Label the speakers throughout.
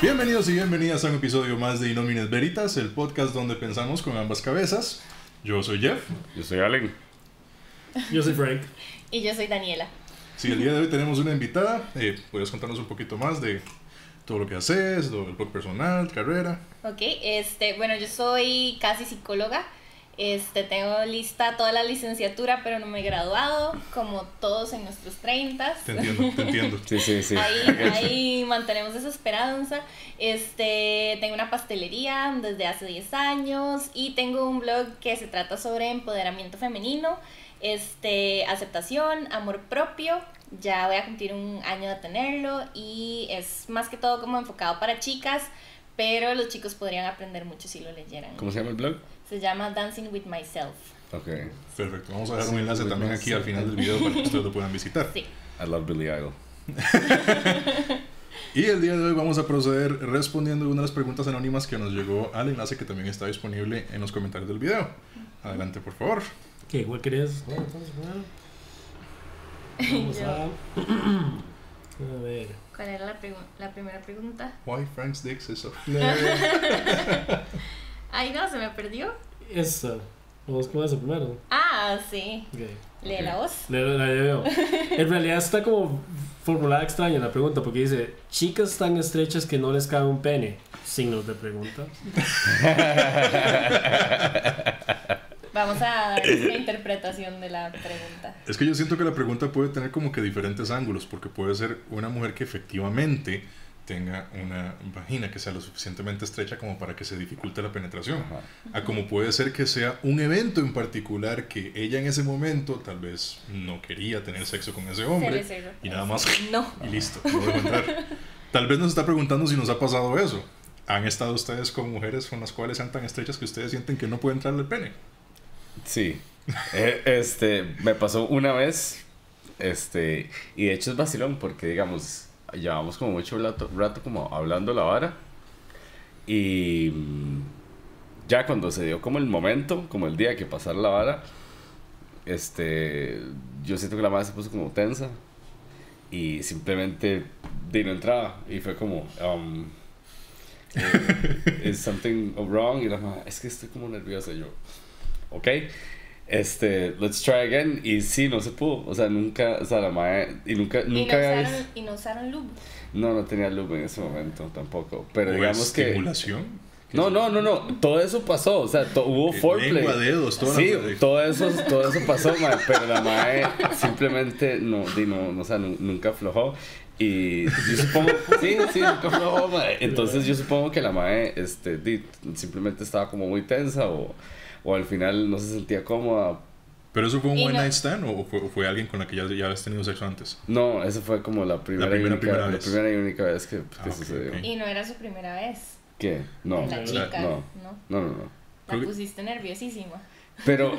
Speaker 1: Bienvenidos y bienvenidas a un episodio más de Inomines Veritas, el podcast donde pensamos con ambas cabezas. Yo soy Jeff.
Speaker 2: Yo soy Allen.
Speaker 3: Yo soy Frank.
Speaker 4: Y yo soy Daniela.
Speaker 1: Sí, el día de hoy tenemos una invitada. Eh, ¿Podrías contarnos un poquito más de todo lo que haces, lo- el blog personal, carrera?
Speaker 4: Ok, este, bueno, yo soy casi psicóloga. Este, tengo lista toda la licenciatura, pero no me he graduado, como todos en nuestros 30.
Speaker 1: Te entiendo, te entiendo.
Speaker 2: Sí, sí, sí.
Speaker 4: Ahí, ahí mantenemos esa esperanza. Este, tengo una pastelería desde hace 10 años y tengo un blog que se trata sobre empoderamiento femenino, este, aceptación, amor propio. Ya voy a cumplir un año de tenerlo y es más que todo como enfocado para chicas, pero los chicos podrían aprender mucho si lo leyeran.
Speaker 2: ¿Cómo se llama el blog?
Speaker 4: Se llama Dancing with Myself.
Speaker 2: Ok.
Speaker 1: Perfecto, vamos a dejar un enlace también aquí al final del video para que ustedes lo puedan visitar.
Speaker 4: Sí.
Speaker 2: I love Billy Idol.
Speaker 1: Y el día de hoy vamos a proceder respondiendo una de las preguntas anónimas que nos llegó al enlace que también está disponible en los comentarios del video. Adelante, por favor.
Speaker 3: ¿Qué? ¿Cuál querías? Bueno, entonces, bueno. Vamos
Speaker 4: Yo.
Speaker 3: a. A ver.
Speaker 4: ¿Cuál era la, pregu- la primera pregunta?
Speaker 1: Why Frank's Dicks is so-
Speaker 4: Ay, no, se me perdió.
Speaker 3: Esa. Vamos con esa primero.
Speaker 4: Ah, sí.
Speaker 3: Ok.
Speaker 4: Lee la voz.
Speaker 3: La, la- la leo. En realidad está como formulada extraña la pregunta porque dice: Chicas tan estrechas que no les cabe un pene. Signos de pregunta.
Speaker 4: Vamos a dar una interpretación de la pregunta.
Speaker 1: Es que yo siento que la pregunta puede tener como que diferentes ángulos, porque puede ser una mujer que efectivamente tenga una vagina que sea lo suficientemente estrecha como para que se dificulte la penetración,
Speaker 2: Ajá.
Speaker 1: a como puede ser que sea un evento en particular que ella en ese momento tal vez no quería tener sexo con ese
Speaker 4: Se le
Speaker 1: hombre
Speaker 4: cerró.
Speaker 1: y nada más
Speaker 4: No.
Speaker 1: y listo, no dejó entrar. Tal vez nos está preguntando si nos ha pasado eso. ¿Han estado ustedes con mujeres con las cuales sean tan estrechas que ustedes sienten que no puede entrar el pene?
Speaker 2: Sí. Eh, este, me pasó una vez. Este, y de hecho es vacilón porque, digamos, llevamos como mucho rato, rato como hablando la vara. Y mm, ya cuando se dio como el momento, como el día que pasara la vara, este, yo siento que la madre se puso como tensa y simplemente de no entraba y fue como, um, eh, is something wrong y la madre, es que estoy como nerviosa Y yo, ok, este, let's try again y sí, no se pudo, o sea, nunca, o sea, la madre, y nunca,
Speaker 4: Y
Speaker 2: nunca
Speaker 4: no,
Speaker 2: había
Speaker 4: usaron,
Speaker 2: visto-
Speaker 4: y no usaron lube.
Speaker 2: no, no tenía luz en ese momento tampoco, pero
Speaker 1: ¿O
Speaker 2: digamos que...
Speaker 1: estimulación? Eh,
Speaker 2: No, no, no, no. Todo eso pasó. O sea, to- hubo foreplay.
Speaker 1: Lengua, dedos, todo
Speaker 2: sí, todo eso, todo eso pasó, mae, pero la mae simplemente no, di, no, no, o sea, nu- nunca aflojó. Y yo supongo, sí, sí, nunca aflojó, mae. Entonces yo supongo que la mae este, di, simplemente estaba como muy tensa o, o al final no se sentía cómoda.
Speaker 1: ¿Pero eso fue un
Speaker 4: Y
Speaker 1: one
Speaker 4: no-
Speaker 1: night stand o fue, o fue alguien con la que ya, ya habías tenido sexo antes?
Speaker 2: No, esa fue como la primera,
Speaker 1: primera,
Speaker 2: y única,
Speaker 1: primera
Speaker 2: la
Speaker 1: vez.
Speaker 2: primera y única vez que, que
Speaker 1: Ah, ok,
Speaker 2: sucedió.
Speaker 1: ok.
Speaker 4: Y no era su primera vez.
Speaker 2: ¿Qué? No,
Speaker 4: la
Speaker 3: no,
Speaker 4: chica,
Speaker 2: no.
Speaker 4: no.
Speaker 2: no, no, no.
Speaker 1: Creo
Speaker 4: La
Speaker 1: que-
Speaker 4: pusiste nerviosísima.
Speaker 2: Pero,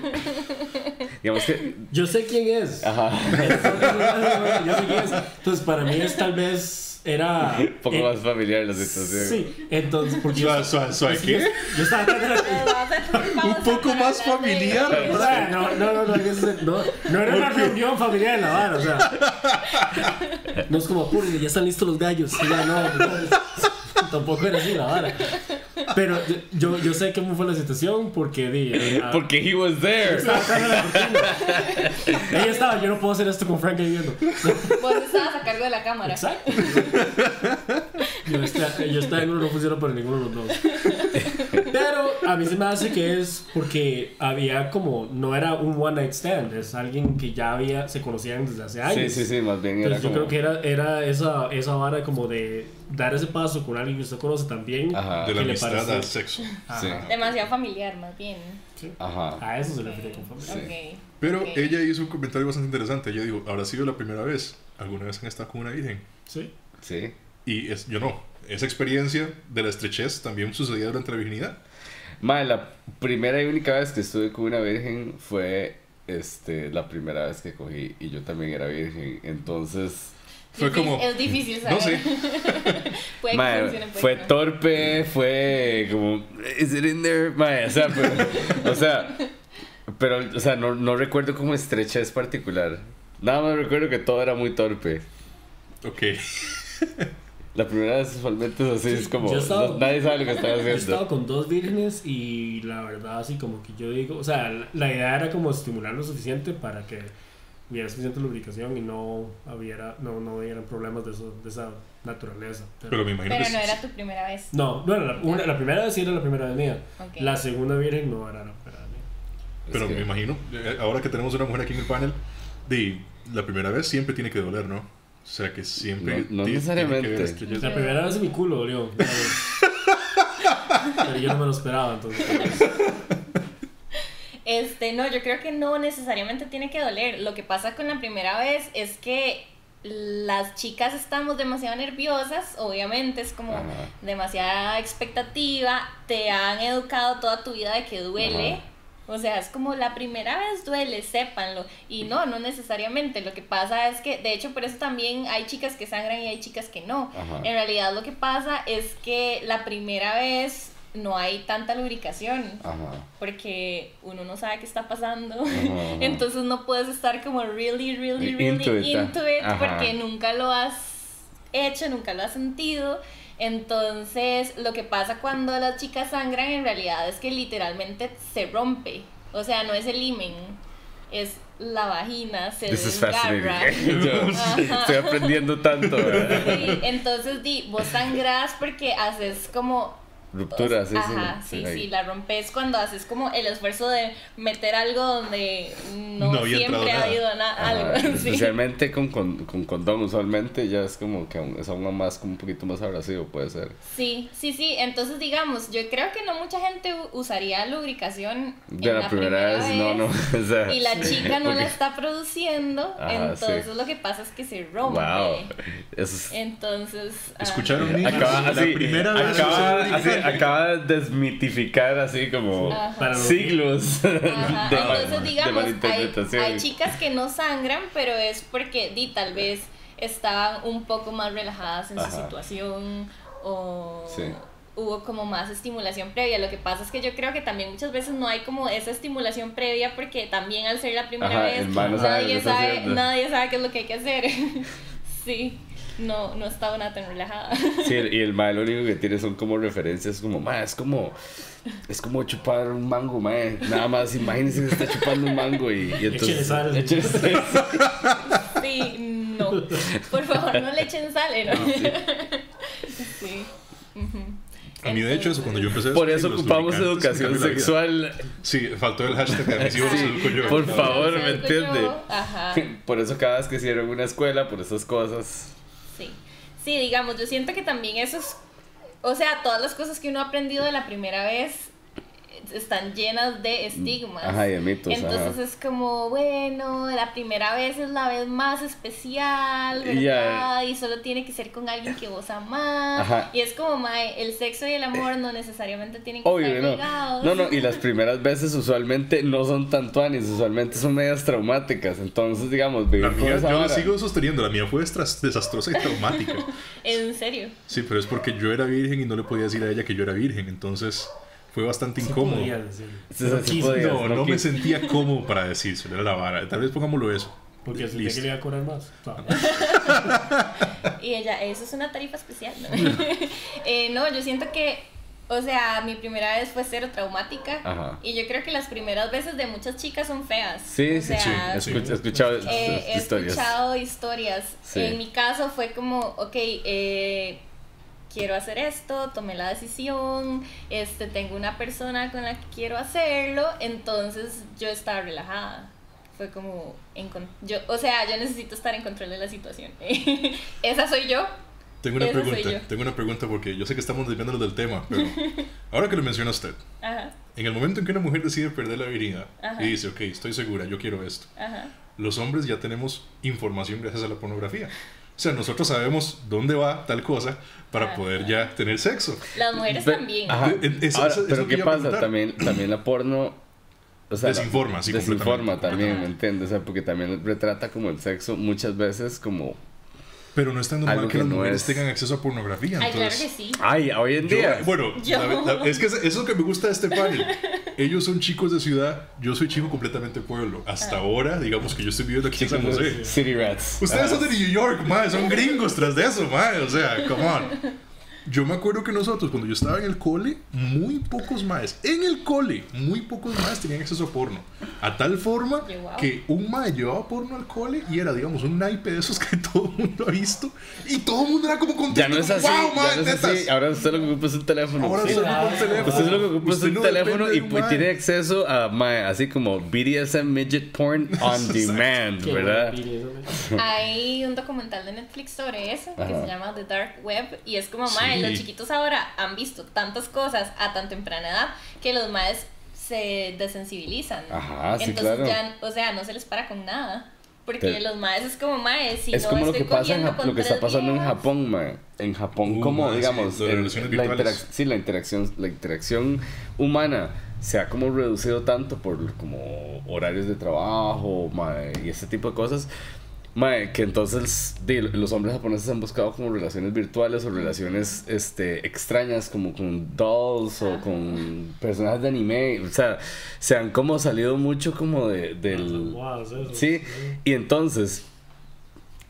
Speaker 2: digamos que...
Speaker 3: Yo sé quién es.
Speaker 2: Ajá.
Speaker 3: Yo sé quién es. Entonces, para mí es tal vez. Era.
Speaker 2: Un poco
Speaker 3: eh,
Speaker 2: más familiar la situación.
Speaker 3: Sí, entonces. Porque
Speaker 1: Suave, suave, suave, ¿qué?
Speaker 3: Yo estaba atrás de la-
Speaker 1: Un poco más familiar,
Speaker 3: O sea, no, no, no, no, que ese- no, no era una reunión familiar en La Habana, o sea. No es como apúrenle, ya están listos los gallos. Y ya no, no, tampoco era así La Habana. Pero yo, yo sé cómo fue la situación porque di, eh, a-
Speaker 2: Porque he was there.
Speaker 3: estaba atrás de la cortina. Ella estaba, yo no puedo hacer esto con Frank ahí viendo.
Speaker 4: Vos estabas a cargo de la cámara.
Speaker 3: Exacto. Yo estaba, yo estaba en uno, no funciona para ninguno de los dos. Pero a mí se me hace que es porque había como, no era un one night stand, es alguien que ya había, se conocían desde hace
Speaker 2: Sí,
Speaker 3: años.
Speaker 2: sí, sí, más bien era
Speaker 3: Entonces yo
Speaker 2: como...
Speaker 3: creo que era, era esa, esa vara como de dar ese paso con alguien que usted conoce también.
Speaker 2: Ajá.
Speaker 1: De la
Speaker 3: ¿Qué le
Speaker 1: amistad ah.
Speaker 3: parece?
Speaker 1: al sexo.
Speaker 3: Ajá.
Speaker 2: sí.
Speaker 4: Demasiado familiar, más bien.
Speaker 3: Sí.
Speaker 2: Ajá.
Speaker 3: A eso se refiere con familia.
Speaker 4: Ok.
Speaker 1: Pero
Speaker 4: Ok.
Speaker 1: ella hizo un comentario bastante interesante. Ella dijo, ¿habrá sido la primera vez? ¿Alguna vez han estado con una virgen?
Speaker 3: Sí.
Speaker 2: Sí.
Speaker 1: Y es, yo no. Esa experiencia de la estrechez también sucedía durante la virginidad.
Speaker 2: Mae, la primera y única vez que estuve con una virgen fue este, la primera vez que cogí y yo también era virgen. Entonces,
Speaker 1: Fue
Speaker 4: Difí-
Speaker 1: como-
Speaker 4: Es difícil saber.
Speaker 1: No sé.
Speaker 4: Puede que
Speaker 2: mae,
Speaker 4: funcione, puede
Speaker 2: fue
Speaker 4: que no.
Speaker 2: torpe, fue como, ¿is it in there? Mae, o sea, pero, o sea, pero, o sea, no, no recuerdo como estrecha es particular. Nada más recuerdo que todo era muy torpe.
Speaker 1: Ok.
Speaker 2: La primera vez usualmente es así, es como.
Speaker 3: yo estaba-
Speaker 2: no- nadie sabe lo que están
Speaker 3: Yo he estado
Speaker 2: haciendo.
Speaker 3: con dos vírgenes y la verdad, así como que yo digo, o sea, la, la idea era como estimular lo suficiente para que hubiera suficiente lubricación y no hubiera, no, no hubieran problemas de, eso- de esa naturaleza. Pero-
Speaker 1: Pero me imagino
Speaker 4: Pero
Speaker 1: que
Speaker 4: no
Speaker 1: sí-
Speaker 4: era tu primera vez.
Speaker 3: no, bueno, la, una- la primera vez sí era la primera vez mía.
Speaker 4: Ok.
Speaker 3: La segunda virgen no era la primera vez mía.
Speaker 1: Pero
Speaker 2: Es que-
Speaker 1: me imagino, eh, ahora que tenemos una mujer aquí en el panel, de, la primera vez siempre tiene que doler, ¿no? O sea que siempre.
Speaker 2: No- no
Speaker 1: ti-
Speaker 2: necesariamente.
Speaker 1: tiene que haber estrellas.
Speaker 3: La primera vez mi culo dolió. la vez. Pero yo no me lo esperaba, entonces.
Speaker 4: Este, no, yo creo que no necesariamente tiene que doler. Lo que pasa con la primera vez es que las chicas estamos demasiado nerviosas, obviamente es como
Speaker 2: Ajá.
Speaker 4: demasiada expectativa, te han educado toda tu vida de que duele.
Speaker 2: Ajá.
Speaker 4: O sea, es como la primera vez duele, sépanlo. Y no, no necesariamente. Lo que pasa es que, de hecho, por eso también hay chicas que sangran y hay chicas que no.
Speaker 2: Ajá.
Speaker 4: En realidad lo que pasa es que la primera vez no hay tanta lubricación
Speaker 2: Ajá.
Speaker 4: porque uno no sabe qué está pasando.
Speaker 2: ajá.
Speaker 4: Entonces no puedes estar como really, really, really
Speaker 2: Into
Speaker 4: into
Speaker 2: it,
Speaker 4: it,
Speaker 2: ajá.
Speaker 4: porque nunca lo has hecho, nunca lo has sentido. Entonces lo que pasa cuando las chicas sangran en realidad es que literalmente se rompe. O sea, no es el imen, es la vagina, se
Speaker 2: This is
Speaker 4: desgarra.
Speaker 2: fascinating. Yo
Speaker 4: Ajá.
Speaker 2: estoy aprendiendo tanto, ¿verdad?
Speaker 4: Sí, entonces di, vos sangrás porque haces como
Speaker 2: Ruptura, sí, sí.
Speaker 4: Ajá, sí, sí,
Speaker 2: ahí.
Speaker 4: la rompes cuando haces como el esfuerzo de meter algo donde no,
Speaker 1: No había
Speaker 4: siempre
Speaker 1: entrado
Speaker 4: ha habido na-
Speaker 2: Ajá,
Speaker 4: algo. sí.
Speaker 2: Especialmente con, con, con condón, usualmente ya es como que aún- es aún más, como un poquito más abrasivo, puede ser.
Speaker 4: sí, sí, sí, entonces digamos, yo creo que no mucha gente u- usaría lubricación
Speaker 2: De
Speaker 4: en
Speaker 2: la, primera, vez, no, no. o sea,
Speaker 4: Y la chica no
Speaker 2: porque-
Speaker 4: la está produciendo,
Speaker 2: Ajá,
Speaker 4: entonces
Speaker 2: sí.
Speaker 4: lo que pasa es que se rompe.
Speaker 2: Wow. Eso es.
Speaker 4: Entonces, ah,
Speaker 1: Escucharon niños?
Speaker 2: Acaba,
Speaker 1: la
Speaker 2: así, eh,
Speaker 1: primera vez.
Speaker 2: acaba, así, acaba de desmitificar así como
Speaker 4: Ajá.
Speaker 3: Para los-
Speaker 2: siglos de,
Speaker 4: Ajá,
Speaker 2: mal-
Speaker 4: Entonces,
Speaker 2: de
Speaker 4: digamos, hay,
Speaker 2: malinterpretación.
Speaker 4: hay chicas que no sangran, pero es porque di, tal vez estaban un poco más relajadas en su
Speaker 2: Ajá.
Speaker 4: situación o
Speaker 2: Sí.
Speaker 4: hubo como más estimulación previa. Lo que pasa es que yo creo que también muchas veces no hay como esa estimulación previa porque también al ser la primera
Speaker 2: Ajá,
Speaker 4: vez
Speaker 2: el man no sabe lo que
Speaker 4: nadie,
Speaker 2: está
Speaker 4: sabe,
Speaker 2: haciendo.
Speaker 4: nadie sabe qué es lo que hay que hacer. sí, no, no estaba una tan relajada.
Speaker 2: Sí, el- y el mal lo único que tiene son como referencias, como, ma, es como, es como chupar un mango, ma, nada más, imagínense que está chupando un mango y, y
Speaker 3: Échele
Speaker 2: entonces...
Speaker 3: sal.
Speaker 2: Échele sal.
Speaker 4: Sí, no. Por favor, no le echen sal, ¿eh? ¿no? Sí. Ujú.
Speaker 1: A mí, de hecho, eso cuando yo empecé a
Speaker 2: Por eso
Speaker 1: descubrir los
Speaker 2: ocupamos
Speaker 1: lubricantes, me cambió
Speaker 2: educación
Speaker 1: la vida.
Speaker 2: sexual,
Speaker 1: Sí, faltó el hashtag admisivo
Speaker 4: Sí,
Speaker 1: seduco yo.
Speaker 2: por
Speaker 4: Entonces,
Speaker 2: favor, ¿me
Speaker 4: yo-
Speaker 2: entiende?
Speaker 4: Ajá.
Speaker 2: por eso cada vez que hicieron una escuela, por esas cosas.
Speaker 4: Sí. Sí, digamos, yo siento que también esos. O sea, todas las cosas que uno ha aprendido de la primera vez eh, están llenas de estigmas.
Speaker 2: Ajá, y de mitos,
Speaker 4: Entonces
Speaker 2: ajá.
Speaker 4: es como, bueno, la primera vez es la vez más especial, ¿verdad?
Speaker 2: Ya.
Speaker 4: Y solo tiene que ser con alguien que vos amás.
Speaker 2: Ajá.
Speaker 4: Y es como, mae, el sexo y el amor no necesariamente tienen que
Speaker 2: Obvio,
Speaker 4: estar
Speaker 2: no.
Speaker 4: ligados.
Speaker 2: No, no, y las primeras veces usualmente no son tan tuanis, usualmente son medias traumáticas. Entonces, digamos, vivir
Speaker 1: La
Speaker 2: con
Speaker 1: mía,
Speaker 2: esa
Speaker 1: yo
Speaker 2: vara-
Speaker 1: sigo sosteniendo, la mía fue estras- desastrosa y traumática.
Speaker 4: En serio.
Speaker 1: Sí, pero es porque yo era virgen y no le podía decir a ella que yo era virgen, entonces fue bastante
Speaker 3: Sí
Speaker 1: incómodo.
Speaker 3: podías decir.
Speaker 2: Sí, sí,
Speaker 3: No
Speaker 2: sí
Speaker 3: quise,
Speaker 2: podías.
Speaker 1: No, no me
Speaker 2: quise.
Speaker 1: sentía cómodo para decírselo, era la vara. Tal vez pongámoslo eso.
Speaker 3: Porque sentía
Speaker 1: Listo. Ah,
Speaker 3: que le iba a cobrar más. No.
Speaker 4: Y ella, eso es una tarifa especial, ¿no? Eh, no, yo siento que, o sea, mi primera vez fue cero traumática.
Speaker 2: Ajá.
Speaker 4: Y yo creo que las primeras veces de muchas chicas son feas.
Speaker 2: Sí,
Speaker 4: O
Speaker 2: sí,
Speaker 4: sea,
Speaker 2: sí. He
Speaker 1: sí.
Speaker 2: escuch- he escuchado
Speaker 4: eh, he
Speaker 2: estas historias.
Speaker 4: escuchado historias.
Speaker 2: Sí.
Speaker 4: En mi caso fue como, ok, eh, quiero hacer esto, tomé la decisión, este, tengo una persona con la que quiero hacerlo, entonces yo estaba relajada. Fue como, en con- yo, o sea, yo necesito estar en control de la situación. Esa soy yo.
Speaker 1: Tengo una
Speaker 4: Esa soy
Speaker 1: pregunta,
Speaker 4: yo.
Speaker 1: tengo una pregunta porque yo sé que estamos desviándonos del tema, pero ahora que lo menciona usted,
Speaker 4: Ajá,
Speaker 1: en el momento en que una mujer decide perder la virginidad
Speaker 4: Ajá.
Speaker 1: y dice, ok, estoy segura, yo quiero esto,
Speaker 4: ajá.
Speaker 1: los hombres ya tenemos información gracias a la pornografía. O sea, nosotros sabemos dónde va tal cosa para
Speaker 4: Ah.
Speaker 1: poder ya tener sexo.
Speaker 4: Las mujeres
Speaker 2: Pe-
Speaker 4: también.
Speaker 2: Ajá.
Speaker 1: Eh, eh, eso-
Speaker 2: Ahora,
Speaker 1: eso- eso
Speaker 2: pero
Speaker 1: te
Speaker 2: ¿qué
Speaker 1: iba a
Speaker 2: pasa?
Speaker 1: preguntar.
Speaker 2: También, también la porno. O sea, la-
Speaker 1: Desinforma, sí,
Speaker 2: Desinforma
Speaker 1: completamente.
Speaker 2: también, ¿me entiendes? O sea, porque también retrata como el sexo muchas veces como.
Speaker 1: Pero no es tan normal
Speaker 2: Algo
Speaker 1: que,
Speaker 2: que
Speaker 1: las
Speaker 2: no
Speaker 1: mujeres
Speaker 2: es.
Speaker 1: tengan acceso a pornografía.
Speaker 4: Ay, claro
Speaker 2: Ah.
Speaker 1: Entonces,
Speaker 4: que sí.
Speaker 2: ¡Ay! Hoy en
Speaker 1: Yo-
Speaker 2: día.
Speaker 1: bueno,
Speaker 4: Yo-
Speaker 1: la- la- es que eso es lo que me gusta de este panel. ellos son chicos de ciudad, yo soy chico completamente pueblo. Hasta ahora, digamos que yo estoy viviendo aquí en San José.
Speaker 2: City Rats.
Speaker 1: Ustedes
Speaker 2: Ah,
Speaker 1: son de New York, mae, son gringos tras de eso, mae, o sea, come on. Yo me acuerdo que nosotros, cuando yo estaba en el cole, muy pocos maes, en el cole, muy pocos maes tenían acceso a porno. A tal forma
Speaker 4: Qué guau.
Speaker 1: que un mae llevaba porno al cole y era, digamos, un naipe de esos que todo el mundo ha visto y todo el mundo era como contento.
Speaker 2: Ya no es
Speaker 1: como,
Speaker 2: así.
Speaker 1: "Guau, mae,
Speaker 2: ya no es
Speaker 1: tetas".
Speaker 2: así. Ahora usted lo que ocupa es un teléfono.
Speaker 1: Ahora
Speaker 2: Sí.
Speaker 1: solo con un teléfono.
Speaker 2: Usted lo que ocupa Pues es
Speaker 1: Usted
Speaker 2: un
Speaker 1: no
Speaker 2: teléfono
Speaker 1: depende
Speaker 2: y
Speaker 1: de un
Speaker 2: pues,
Speaker 1: mae.
Speaker 2: tiene acceso a mae, así como BDSM Midget Porn on Demand,
Speaker 3: Qué
Speaker 2: ¿verdad?
Speaker 3: buena pila, ¿no?
Speaker 4: Hay un documental de Netflix sobre eso que
Speaker 2: Ajá.
Speaker 4: se llama The Dark Web y es como, mae,
Speaker 1: Sí.
Speaker 4: los chiquitos ahora han visto tantas cosas a tan temprana edad que los maes se desensibilizan.
Speaker 2: Ajá, sí,
Speaker 4: Entonces
Speaker 2: claro.
Speaker 4: ya, o sea, no se les para con nada. Porque
Speaker 2: Te-
Speaker 4: los maes es como, mae, si
Speaker 2: es
Speaker 4: no
Speaker 2: como lo
Speaker 4: estoy
Speaker 2: que pasa en
Speaker 4: cogiendo
Speaker 2: Jap-
Speaker 4: con
Speaker 2: lo que está
Speaker 4: tres
Speaker 2: pasando en
Speaker 4: viejas,
Speaker 2: Japón man. en Japón
Speaker 1: Uh,
Speaker 2: como
Speaker 1: man,
Speaker 2: digamos
Speaker 1: sí, lo de
Speaker 2: el-
Speaker 1: relaciones
Speaker 2: la
Speaker 1: virtuales.
Speaker 2: interac- sí, la interacción la interacción humana se ha como reducido tanto por como horarios de trabajo mae, y ese tipo de cosas mae, que entonces di, los hombres japoneses han buscado como relaciones virtuales o relaciones este extrañas como con dolls o
Speaker 4: Ajá.
Speaker 2: con personajes de anime o sea se han como salido mucho como de, del
Speaker 3: Wow, es eso.
Speaker 2: Sí, y entonces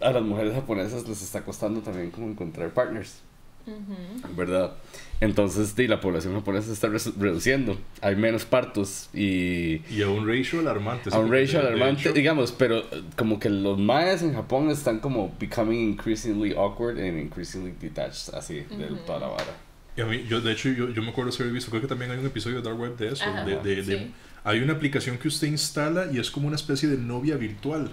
Speaker 2: a las mujeres japonesas les está costando también como encontrar partners,
Speaker 4: ujú,
Speaker 2: ¿verdad? Entonces, y la población japonesa se está resu- reduciendo, hay menos partos y
Speaker 1: Y a un ratio alarmante.
Speaker 2: a un
Speaker 1: de-
Speaker 2: ratio
Speaker 1: de- de
Speaker 2: alarmante,
Speaker 1: hecho,
Speaker 2: digamos, pero eh, como que los mayas en Japón están como becoming increasingly awkward and increasingly detached, así, de
Speaker 4: Ujú.
Speaker 2: toda la vara.
Speaker 1: Y a mí- yo, de hecho, yo, yo me acuerdo si haber visto, creo que también hay un episodio de Dark Web de eso.
Speaker 4: Ajá,
Speaker 1: de, de- de-
Speaker 4: sí.
Speaker 1: Hay una aplicación que usted instala y es como una especie de novia virtual.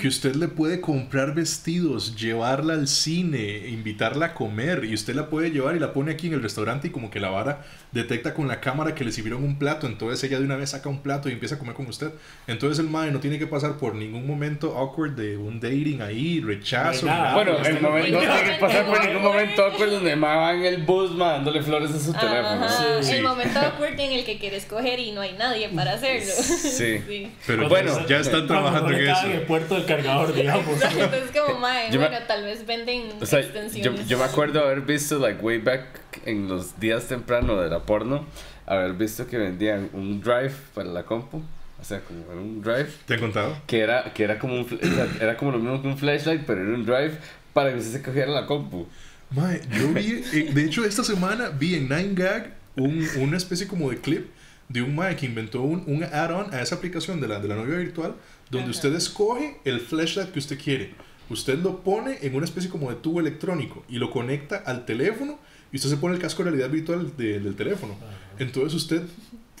Speaker 1: Que usted le puede comprar vestidos, llevarla al cine, invitarla a comer. Y usted la puede llevar y la pone aquí en el restaurante y como que la vara detecta con la cámara que le sirvieron un plato. Entonces ella de una vez saca un plato y empieza a comer con usted. Entonces el madre no tiene que pasar por ningún momento awkward de un dating ahí, rechazo.
Speaker 3: No hay nada.
Speaker 1: nada.
Speaker 2: Bueno,
Speaker 1: Está
Speaker 2: el
Speaker 1: en la
Speaker 2: momento, no
Speaker 1: aplicación.
Speaker 2: tiene que pasar por ningún momento awkward donde ma va en el bus ma, dándole flores a su teléfono.
Speaker 4: ajá,
Speaker 1: Sí.
Speaker 4: El momento awkward en el que quieres coger y no hay nadie para hacerlo.
Speaker 2: Sí.
Speaker 1: Pero
Speaker 2: Bueno,
Speaker 1: ya- ya están trabajando en eso.
Speaker 3: en el puerto del cargador, digamos.
Speaker 4: Entonces como, mae,
Speaker 2: Yo me-
Speaker 4: bueno, tal vez venden
Speaker 2: O sea, yo,
Speaker 4: extensiones.
Speaker 2: yo me acuerdo haber visto, like, way back en los días temprano de la porno, haber visto que vendían un drive para la compu, o sea, como era un drive,
Speaker 1: ¿Te han contado?
Speaker 2: que era, que era, como, un, fl- o sea, era como lo mismo que un flashlight, pero era un drive para que usted se cogiera la compu.
Speaker 1: Mae, yo vi, eh, de hecho esta semana vi en 9gag un, una especie como de clip de un mae que inventó un, un add-on a esa aplicación de la, de la novia virtual donde usted escoge el flashlight que usted quiere. Usted lo pone en una especie como de tubo electrónico y lo conecta al teléfono y usted se pone el casco de realidad virtual de- del teléfono. Entonces usted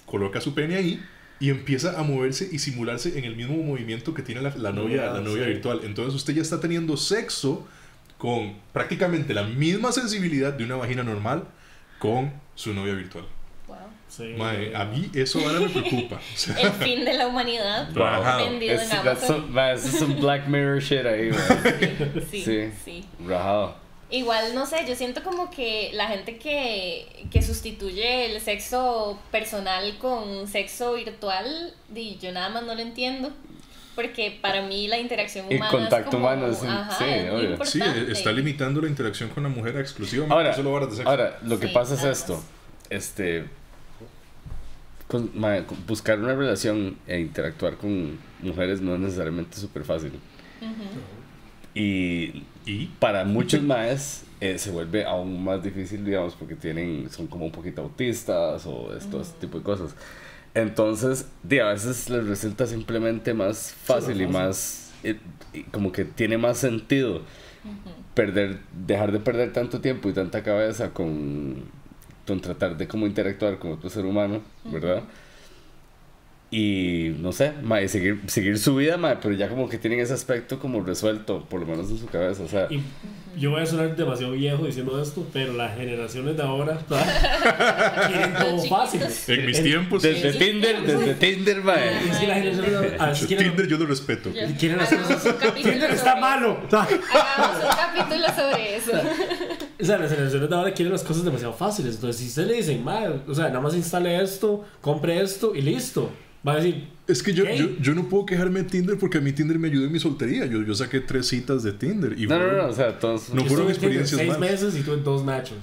Speaker 1: coloca su pene ahí y empieza a moverse y simularse en el mismo movimiento que tiene la, la novia, la
Speaker 3: Ah,
Speaker 1: novia
Speaker 3: sí.
Speaker 1: virtual. Entonces usted ya está teniendo sexo con prácticamente la misma sensibilidad de una vagina normal con su novia virtual.
Speaker 4: Wow.
Speaker 3: Sí.
Speaker 1: Mae, a mí eso ahora me preocupa. O sea,
Speaker 4: El fin de la humanidad.
Speaker 1: Rajado.
Speaker 4: Vendido
Speaker 2: Es,
Speaker 4: en
Speaker 2: that's
Speaker 4: Amazon.
Speaker 2: some- ma, eso es un Black Mirror shit ahí, man.
Speaker 4: Sí,
Speaker 2: Sí.
Speaker 4: sí.
Speaker 2: Rajado.
Speaker 4: Igual, no sé, yo siento como que la gente que, que sustituye el sexo personal con sexo virtual, di, yo nada más no lo entiendo. Porque para mí la interacción
Speaker 2: El
Speaker 4: humana.
Speaker 2: contacto
Speaker 4: es como,
Speaker 2: humano, sí,
Speaker 4: ajá,
Speaker 2: sí,
Speaker 4: es muy
Speaker 2: obvio.
Speaker 1: sí,
Speaker 4: importante.
Speaker 1: está limitando la interacción con la mujer exclusivamente.
Speaker 2: Ahora,
Speaker 1: solo varas de sexo.
Speaker 2: ahora lo que
Speaker 4: Sí,
Speaker 2: pasa es
Speaker 4: nada
Speaker 2: esto.
Speaker 4: más.
Speaker 2: Este con- ma, con- buscar una relación e interactuar con mujeres no es necesariamente súper fácil. Y
Speaker 1: Y
Speaker 2: para muchos más se vuelve aún más difícil, digamos, porque tienen son como un poquito autistas o es- todo este tipo de cosas. Entonces, di, a veces les resulta simplemente más fácil y
Speaker 3: fácil.
Speaker 2: más eh, y como que tiene más sentido perder dejar de perder tanto tiempo y tanta cabeza con, con tratar de cómo interactuar con otro ser humano, ¿verdad? Y no sé, mae, seguir, seguir su vida, mae, pero ya como que tienen ese aspecto como resuelto, por lo menos en su cabeza. O sea,
Speaker 3: Y yo voy a sonar demasiado viejo diciendo esto, pero las generaciones de ahora quieren
Speaker 4: Los
Speaker 3: todo
Speaker 4: chiquitos.
Speaker 3: fácil.
Speaker 1: en mis
Speaker 2: el-
Speaker 1: tiempos,
Speaker 2: desde
Speaker 4: sí.
Speaker 2: Tinder, desde Tinder, mae.
Speaker 3: Es que las generaciones de ahora a veces quieren-
Speaker 1: Tinder yo lo respeto.
Speaker 4: Yo-
Speaker 3: quieren hacer
Speaker 4: hagamos un capítulo
Speaker 3: Tinder está
Speaker 4: sobre-
Speaker 3: malo. O sea,
Speaker 4: Hagamos un capítulo sobre eso.
Speaker 3: O sea, las generaciones de ahora quieren las cosas demasiado fáciles. Entonces, si ustedes le dicen, mal, o sea, nada más instale esto, compre esto y listo. Va a decir,
Speaker 1: Es que yo,
Speaker 3: ¿Qué?
Speaker 1: yo, yo no puedo quejarme de Tinder porque a mí Tinder me ayudó en mi soltería. Yo, yo saqué tres citas de Tinder. Y
Speaker 2: No, no,
Speaker 1: fueron-
Speaker 2: no, o sea, todos.
Speaker 1: No. fueron
Speaker 3: yo estuve en Tinder
Speaker 1: experiencias
Speaker 3: seis
Speaker 1: malas.
Speaker 3: meses y tuve dos machos.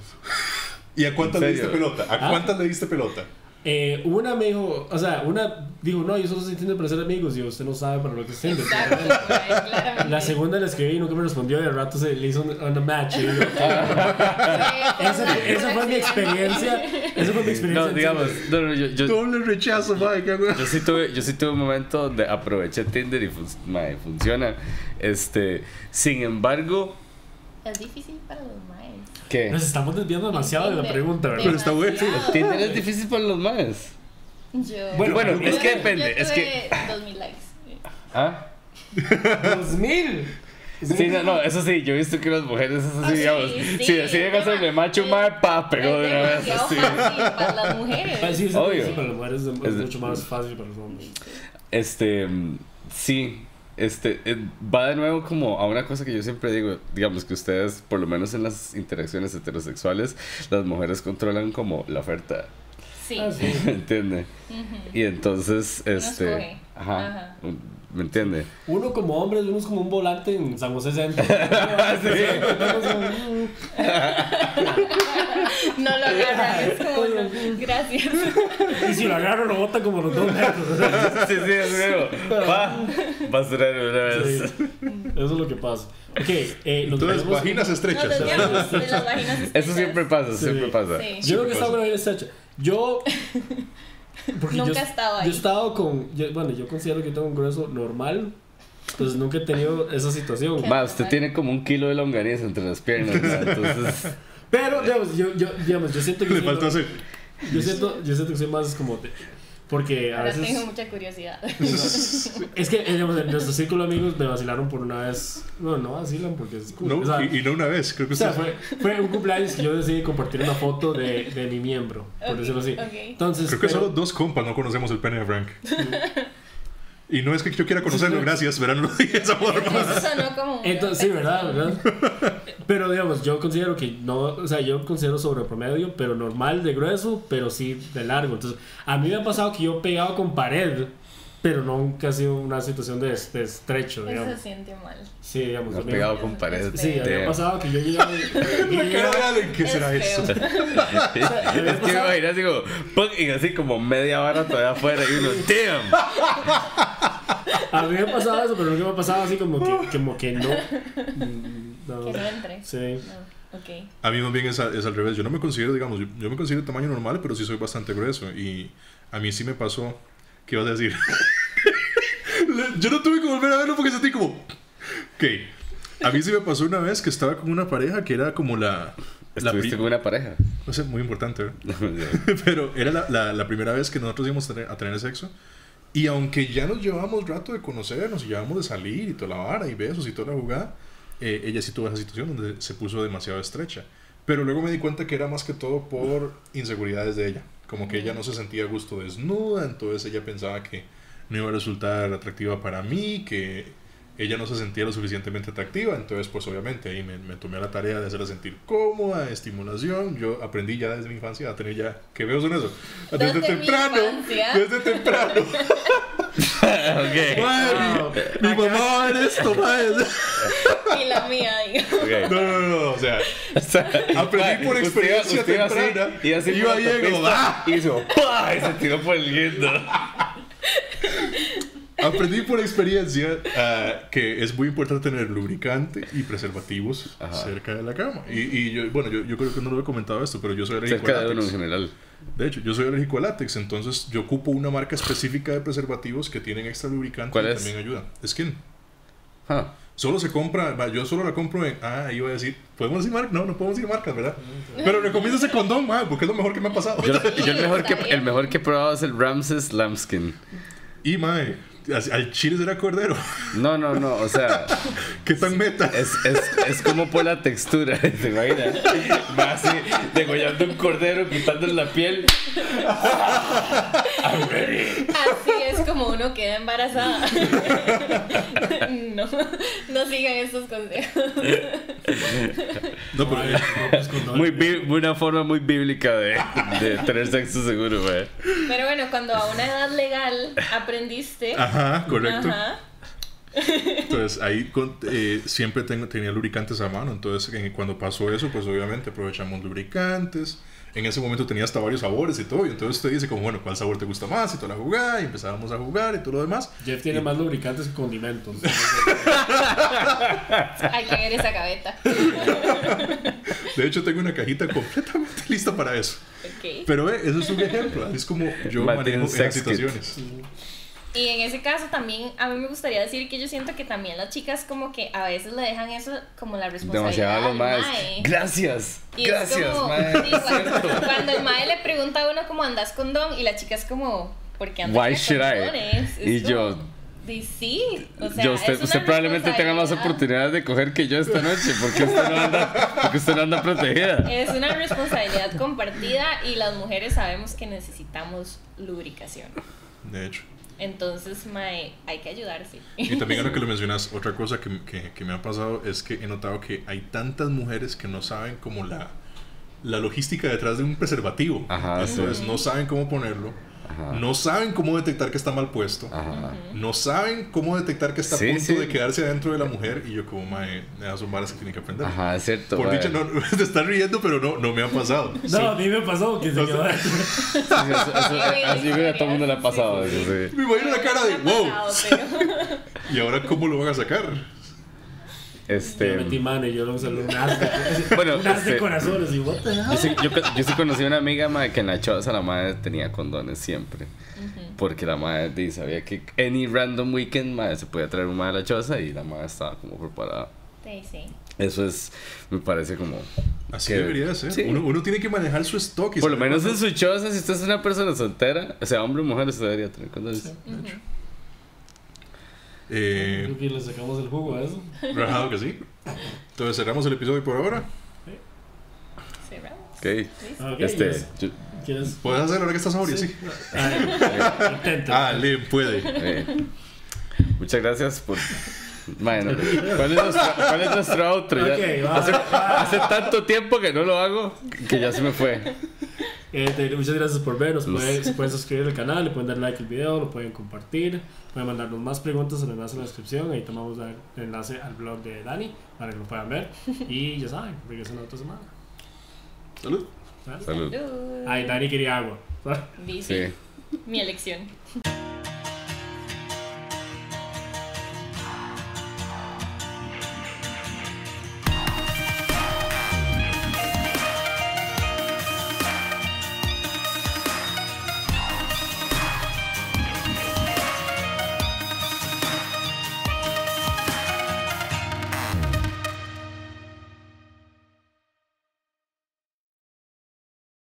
Speaker 1: ¿Y a cuántas
Speaker 2: ¿En
Speaker 1: le
Speaker 2: serio?
Speaker 1: diste pelota? ¿A
Speaker 3: Ah.
Speaker 1: cuántas le diste pelota?
Speaker 3: Eh, una me dijo, o sea, una dijo, no, yo solo soy Tinder para ser amigos y usted no sabe para lo que es Tinder.
Speaker 4: Exacto, mae, claramente.
Speaker 3: La segunda le escribí y nunca me respondió y al rato se le hizo un, un match. y yo,
Speaker 4: Fue-
Speaker 3: esa,
Speaker 4: fue
Speaker 3: esa
Speaker 4: un
Speaker 3: fue mi experiencia. Esa fue mi experiencia.
Speaker 2: No,
Speaker 3: en
Speaker 2: digamos,
Speaker 3: Tinder.
Speaker 2: no, no, yo, yo,
Speaker 1: Doble rechazo, mae, qué weón.
Speaker 2: yo sí tuve, yo sí tuve un momento donde aproveché Tinder y fun- mae, funciona. Este, sin embargo,
Speaker 4: Es difícil para los maes.
Speaker 2: ¿qué?
Speaker 3: Nos estamos desviando demasiado de la pregunta,
Speaker 1: Pero
Speaker 3: ¿verdad?
Speaker 1: está bueno.
Speaker 4: Demasiado.
Speaker 2: Tinder es difícil para los maes.
Speaker 4: Yo-
Speaker 2: Bueno,
Speaker 3: bueno,
Speaker 4: yo-
Speaker 2: es que depende,
Speaker 4: yo
Speaker 2: es
Speaker 4: tuve
Speaker 2: que-
Speaker 4: 2000 likes.
Speaker 2: ¿Ah?
Speaker 3: ¡2000!
Speaker 2: Sí, no, no, eso sí, yo he visto que las mujeres, eso sí,
Speaker 4: Ah, sí,
Speaker 2: digamos,
Speaker 4: sí,
Speaker 2: si deciden
Speaker 4: el tema-
Speaker 2: hacerle macho,
Speaker 4: el-
Speaker 2: madre, pa, pegó de una vez,
Speaker 4: demasiado
Speaker 2: así.
Speaker 4: fácil para las mujeres.
Speaker 3: Ah, sí, es
Speaker 2: Obvio.
Speaker 3: difícil para las mujeres es
Speaker 2: Es de-
Speaker 3: mucho más fácil para los hombres.
Speaker 2: Este, mm, sí, este, eh, va de nuevo como a una cosa que yo siempre digo, digamos que ustedes, por lo menos en las interacciones heterosexuales, las mujeres controlan como la oferta,
Speaker 4: Sí.
Speaker 3: Ah, sí.
Speaker 2: ¿entiende?
Speaker 4: Ujú.
Speaker 2: Y entonces, este,
Speaker 4: escoge.
Speaker 2: ajá,
Speaker 4: Ajá.
Speaker 2: un- ¿me entiende?
Speaker 3: Uno como hombre, uno es como un volante en San José Centro.
Speaker 4: No lo agarran, es como, no, gracias.
Speaker 3: y si lo agarro, lo bota como los dos metros. o sea,
Speaker 2: sí, sí, es nuevo, pa, basurero de una
Speaker 3: sí.
Speaker 2: vez.
Speaker 3: Eso es lo que pasa. Ok, eh, nos
Speaker 1: Entonces,
Speaker 3: vemos-
Speaker 1: vaginas
Speaker 4: No,
Speaker 1: estrechas.
Speaker 4: los diablos de las vaginas
Speaker 2: Eso siempre pasa,
Speaker 3: Sí.
Speaker 2: siempre pasa.
Speaker 1: este
Speaker 4: Sí.
Speaker 3: Yo creo que
Speaker 1: pues?
Speaker 3: estaba una vez hecha. Yo. porque
Speaker 4: Nunca
Speaker 3: yo-
Speaker 4: he estado ahí.
Speaker 3: Yo he estado con. yo- bueno, yo considero que yo tengo un grueso normal. Entonces nunca he tenido esa situación.
Speaker 4: Qué-
Speaker 2: Ma, usted tiene como un kilo de longaniza entre las piernas, ma, entonces...
Speaker 3: Pero, digamos, yo, yo, digamos, yo siento que.
Speaker 1: Le
Speaker 3: soy-
Speaker 1: faltó hacer.
Speaker 3: yo, siento, yo siento que soy más como. de- porque a
Speaker 4: Ahora tengo
Speaker 3: veces.
Speaker 4: mucha curiosidad.
Speaker 3: Es que eh, digamos, en nuestro círculo de amigos me vacilaron por una vez. No, no vacilan porque es cool. o
Speaker 1: No,
Speaker 3: sea,
Speaker 1: y, y no una vez, creo que
Speaker 3: o sea,
Speaker 1: usted.
Speaker 3: fue, fue un cumpleaños que yo decidí compartir una foto de, de mi miembro, por
Speaker 4: Ok,
Speaker 3: decirlo así.
Speaker 4: ok.
Speaker 3: Entonces,
Speaker 1: Creo que
Speaker 3: pero-
Speaker 1: solo dos compas no conocemos el pene de Frank. Y no es que yo quiera conocerlo, gracias, verán, no lo dije de esa forma.
Speaker 4: Eso sonó como. un-
Speaker 3: Entonces, sí, ¿verdad? ¿verdad? Pero digamos, yo considero que no, o sea, yo considero sobre promedio, pero normal de grueso, pero sí de largo. Entonces, a mí me ha pasado que yo he pegado con pared, pero nunca ha sido una situación de, de estrecho,
Speaker 4: Eso se
Speaker 3: digamos.
Speaker 4: siente mal.
Speaker 3: Sí, digamos.
Speaker 2: Nos
Speaker 3: a mí-
Speaker 2: pegado con pared.
Speaker 3: Pues, Sí, a mí me ha
Speaker 2: Damn.
Speaker 3: pasado que yo llegaba. y-
Speaker 1: La cara de Allen, ¿qué
Speaker 4: Es
Speaker 1: será
Speaker 4: feo.
Speaker 1: esto?
Speaker 2: es que me imagino así como, ¡pum! y así como media hora todavía afuera y uno, damn.
Speaker 3: "Ah, A mí me ha pasado eso, pero nunca me ha pasado así como que, como que no. Mm, no.
Speaker 4: Que no entre.
Speaker 3: Sí.
Speaker 4: No, ok.
Speaker 1: A mí más bien es al, es al revés. Yo no me considero, digamos, yo, yo me considero tamaño normal, pero sí soy bastante grueso. Y a mí sí me pasó. ¿Qué ibas a decir? Le- yo no tuve que volver a verlo porque sentí como. Ok. A mí sí me pasó una vez que estaba con una pareja que era como la. la
Speaker 2: Estuviste
Speaker 1: pri-
Speaker 2: con una pareja.
Speaker 1: No sé, muy importante, ¿eh? ¿verdad? Pero era la, la- la primera vez que nosotros íbamos a tener, a tener sexo. Y aunque ya nos llevamos rato de conocernos y llevamos de salir y toda la vara y besos y toda la jugada, eh, ella sí tuvo esa situación donde se puso demasiado estrecha. Pero luego me di cuenta que era más que todo por inseguridades de ella. Como que ella no se sentía a gusto desnuda, entonces ella pensaba que no iba a resultar atractiva para mí, que ella no se sentía lo suficientemente atractiva, entonces pues obviamente ahí me, me tomé la tarea de hacerla sentir cómoda, estimulación, yo aprendí ya desde mi infancia a tener ya, que veo son eso, desde,
Speaker 4: Desde mi
Speaker 1: temprano,
Speaker 4: infancia.
Speaker 1: desde temprano,
Speaker 2: ok,
Speaker 3: Ah,
Speaker 1: Madre, mi, mi mamá va a ver esto, madre.
Speaker 4: Y la mía, digo.
Speaker 2: ok.
Speaker 1: no, no, no, o sea,
Speaker 2: O sea,
Speaker 1: Aprendí por
Speaker 2: usted iba-
Speaker 1: experiencia
Speaker 2: usted iba así,
Speaker 1: temprana.
Speaker 2: Y así
Speaker 1: Iba
Speaker 2: por la
Speaker 1: Diego,
Speaker 2: autopista, y hizo, ¡pah! ¡ah! Y se tiró por el guindo.
Speaker 1: aprendí por experiencia ah, que es muy importante tener lubricante y preservativos
Speaker 2: Ajá.
Speaker 1: cerca de la cama. Y, y yo, bueno, yo, yo creo que no lo he comentado esto, pero yo soy alérgico
Speaker 2: Cerca
Speaker 1: al
Speaker 2: de uno en
Speaker 1: látex.
Speaker 2: general.
Speaker 1: De hecho, yo soy alérgico al látex, entonces yo ocupo una marca específica de preservativos que tienen extra lubricante
Speaker 2: ¿Cuál
Speaker 1: y
Speaker 2: es?
Speaker 1: también ayuda. Skin.
Speaker 2: Ah,
Speaker 1: Solo se compra, va, yo solo la compro en. Ah, iba a decir, ¿podemos decir marcas? No, no podemos decir marcas, ¿verdad? Pero recomiendo ese condón, ma, porque es lo mejor que me ha pasado.
Speaker 2: Yo, yo el, mejor que,
Speaker 4: Está bien.
Speaker 2: el mejor que he probado es el Ramses Lambskin.
Speaker 1: Y, mae, as- al chile será cordero.
Speaker 2: No, no, no, o sea.
Speaker 1: ¿Qué tan meta?
Speaker 2: Es, es, es como por la textura, ¿te imaginas? Va así, degollando un cordero, quitándole la piel.
Speaker 4: Así es como uno queda embarazada. No, no sigan estos consejos.
Speaker 1: No, pero.
Speaker 3: Ay, no, pues, con-
Speaker 2: Muy bí- una forma muy bíblica de, de tener sexo seguro, güey.
Speaker 4: Pero bueno, cuando a una edad legal aprendiste.
Speaker 1: Ajá, correcto.
Speaker 4: Ajá.
Speaker 1: Entonces ahí con- eh, siempre tengo, tenía lubricantes a mano, entonces eh, cuando pasó eso, pues obviamente aprovechamos lubricantes, en ese momento tenía hasta varios sabores y todo. Y entonces usted dice, como, bueno, ¿cuál sabor te gusta más? Y toda la jugada, y empezábamos a jugar y todo lo demás.
Speaker 3: Jeff tiene más lubricantes que condimentos.
Speaker 4: Hay que ver esa gaveta.
Speaker 1: De hecho, tengo una cajita completamente lista para eso.
Speaker 4: Ok.
Speaker 1: Pero eh, eso es un ejemplo. Es como yo
Speaker 2: Martín,
Speaker 1: manejo esas
Speaker 2: sex kit.
Speaker 1: situaciones.
Speaker 4: Y en ese caso también a mí me gustaría decir que yo siento que también las chicas como que a veces le dejan eso como la responsabilidad
Speaker 2: Demasiado lo
Speaker 4: al
Speaker 2: más.
Speaker 4: mae.
Speaker 2: Gracias.
Speaker 4: Y es
Speaker 2: Gracias,
Speaker 4: como,
Speaker 2: mae.
Speaker 4: sí, cuando, cuando el mae le pregunta a uno cómo andas con don y la chica es como, ¿por qué andas
Speaker 2: Why
Speaker 4: con
Speaker 2: should I?
Speaker 4: condones? Es
Speaker 2: Y
Speaker 4: como,
Speaker 2: yo-
Speaker 4: "Di sí, o sea,
Speaker 2: Yo,
Speaker 4: es
Speaker 2: usted
Speaker 4: una
Speaker 2: usted probablemente tenga más
Speaker 4: responsabilidad.
Speaker 2: oportunidades de coger que yo esta noche. Porque usted no anda, porque usted no anda protegida.
Speaker 4: Es una responsabilidad compartida y las mujeres sabemos que necesitamos lubricación.
Speaker 1: De hecho.
Speaker 4: Entonces, mae, hay que ayudarse.
Speaker 1: Y también ahora que lo mencionas, otra cosa que, que- que me ha pasado es que he notado que hay tantas mujeres que no saben como la, la logística detrás de un preservativo.
Speaker 2: Ajá, sí.
Speaker 1: Entonces no saben cómo ponerlo,
Speaker 2: Ajá.
Speaker 1: no saben cómo detectar que está mal puesto,
Speaker 2: Ajá.
Speaker 1: no saben cómo detectar que está
Speaker 2: Sí,
Speaker 1: a punto
Speaker 2: sí.
Speaker 1: de quedarse adentro de la mujer y yo como, mae, esas son varas que tienen que aprender.
Speaker 2: Ajá, es cierto.
Speaker 1: Por
Speaker 2: mae.
Speaker 1: dicho, no, te estás riendo, pero no, no me ha pasado.
Speaker 3: No, a mí me pasó que se quedó.
Speaker 2: Sí, sí, eso- eso-
Speaker 4: Sí,
Speaker 2: así creo que a todo el mundo le ha pasado.
Speaker 4: sí, sí.
Speaker 2: eso sí.
Speaker 1: Me imagino la cara de,
Speaker 4: Me ha
Speaker 1: wow,
Speaker 4: pasado, pero-
Speaker 1: ¿y ahora cómo lo van a sacar?
Speaker 3: Yo
Speaker 2: Este.
Speaker 3: metí mano y yo lo usé un as de-
Speaker 2: Bueno,
Speaker 3: un as de
Speaker 2: este-
Speaker 3: corazones. Y what the hell?
Speaker 2: Yo sí, yo, yo sí conocí a una amiga madre, que en la choza la madre tenía condones siempre. Porque la madre di, sabía que any random weekend madre, se podía traer un madre a la choza y la madre estaba como preparada.
Speaker 4: Sí, sí.
Speaker 2: Eso es, me parece como.
Speaker 1: Así
Speaker 2: que-
Speaker 1: debería de ser.
Speaker 2: sí.
Speaker 1: Uno, uno tiene que manejar su stock. y
Speaker 2: Por lo
Speaker 1: saber
Speaker 2: menos
Speaker 1: cuándo-
Speaker 2: en su choza, si usted es una persona soltera, o sea, hombre o mujer, usted debería tener condones.
Speaker 1: Eh,
Speaker 3: Creo que le sacamos el jugo a eso.
Speaker 1: Rajado que sí. Entonces cerramos el episodio por ahora.
Speaker 4: Cerramos.
Speaker 2: Ok.
Speaker 4: Listo.
Speaker 3: Ah, ok,
Speaker 2: Este,
Speaker 3: yes.
Speaker 2: yo-
Speaker 3: ¿Quieres?
Speaker 1: ¿Puedes hacerlo ahora que estás sobrio? Sí.
Speaker 3: Sí. Ah, Intento.
Speaker 1: Ale, puede.
Speaker 2: eh, muchas gracias por. Bueno, ¿cuál, es nuestro, ¿cuál es nuestro outro? Ya-
Speaker 3: Ok, va,
Speaker 2: hace,
Speaker 3: va.
Speaker 2: hace tanto tiempo que no lo hago que ya se me fue.
Speaker 3: Eh, te- muchas gracias por vernos.
Speaker 2: Los-
Speaker 3: Pueden, se pueden suscribir al canal, le pueden dar like al video, lo pueden compartir. Pueden mandarnos más preguntas en el enlace en la descripción. Ahí tomamos el enlace al blog de Dani para que lo puedan ver. Y ya saben, regresen la otra semana.
Speaker 1: Salud.
Speaker 2: Salud.
Speaker 4: Salud.
Speaker 3: Ay, Dani quería agua.
Speaker 4: Dice,
Speaker 2: Sí.
Speaker 4: Mi elección.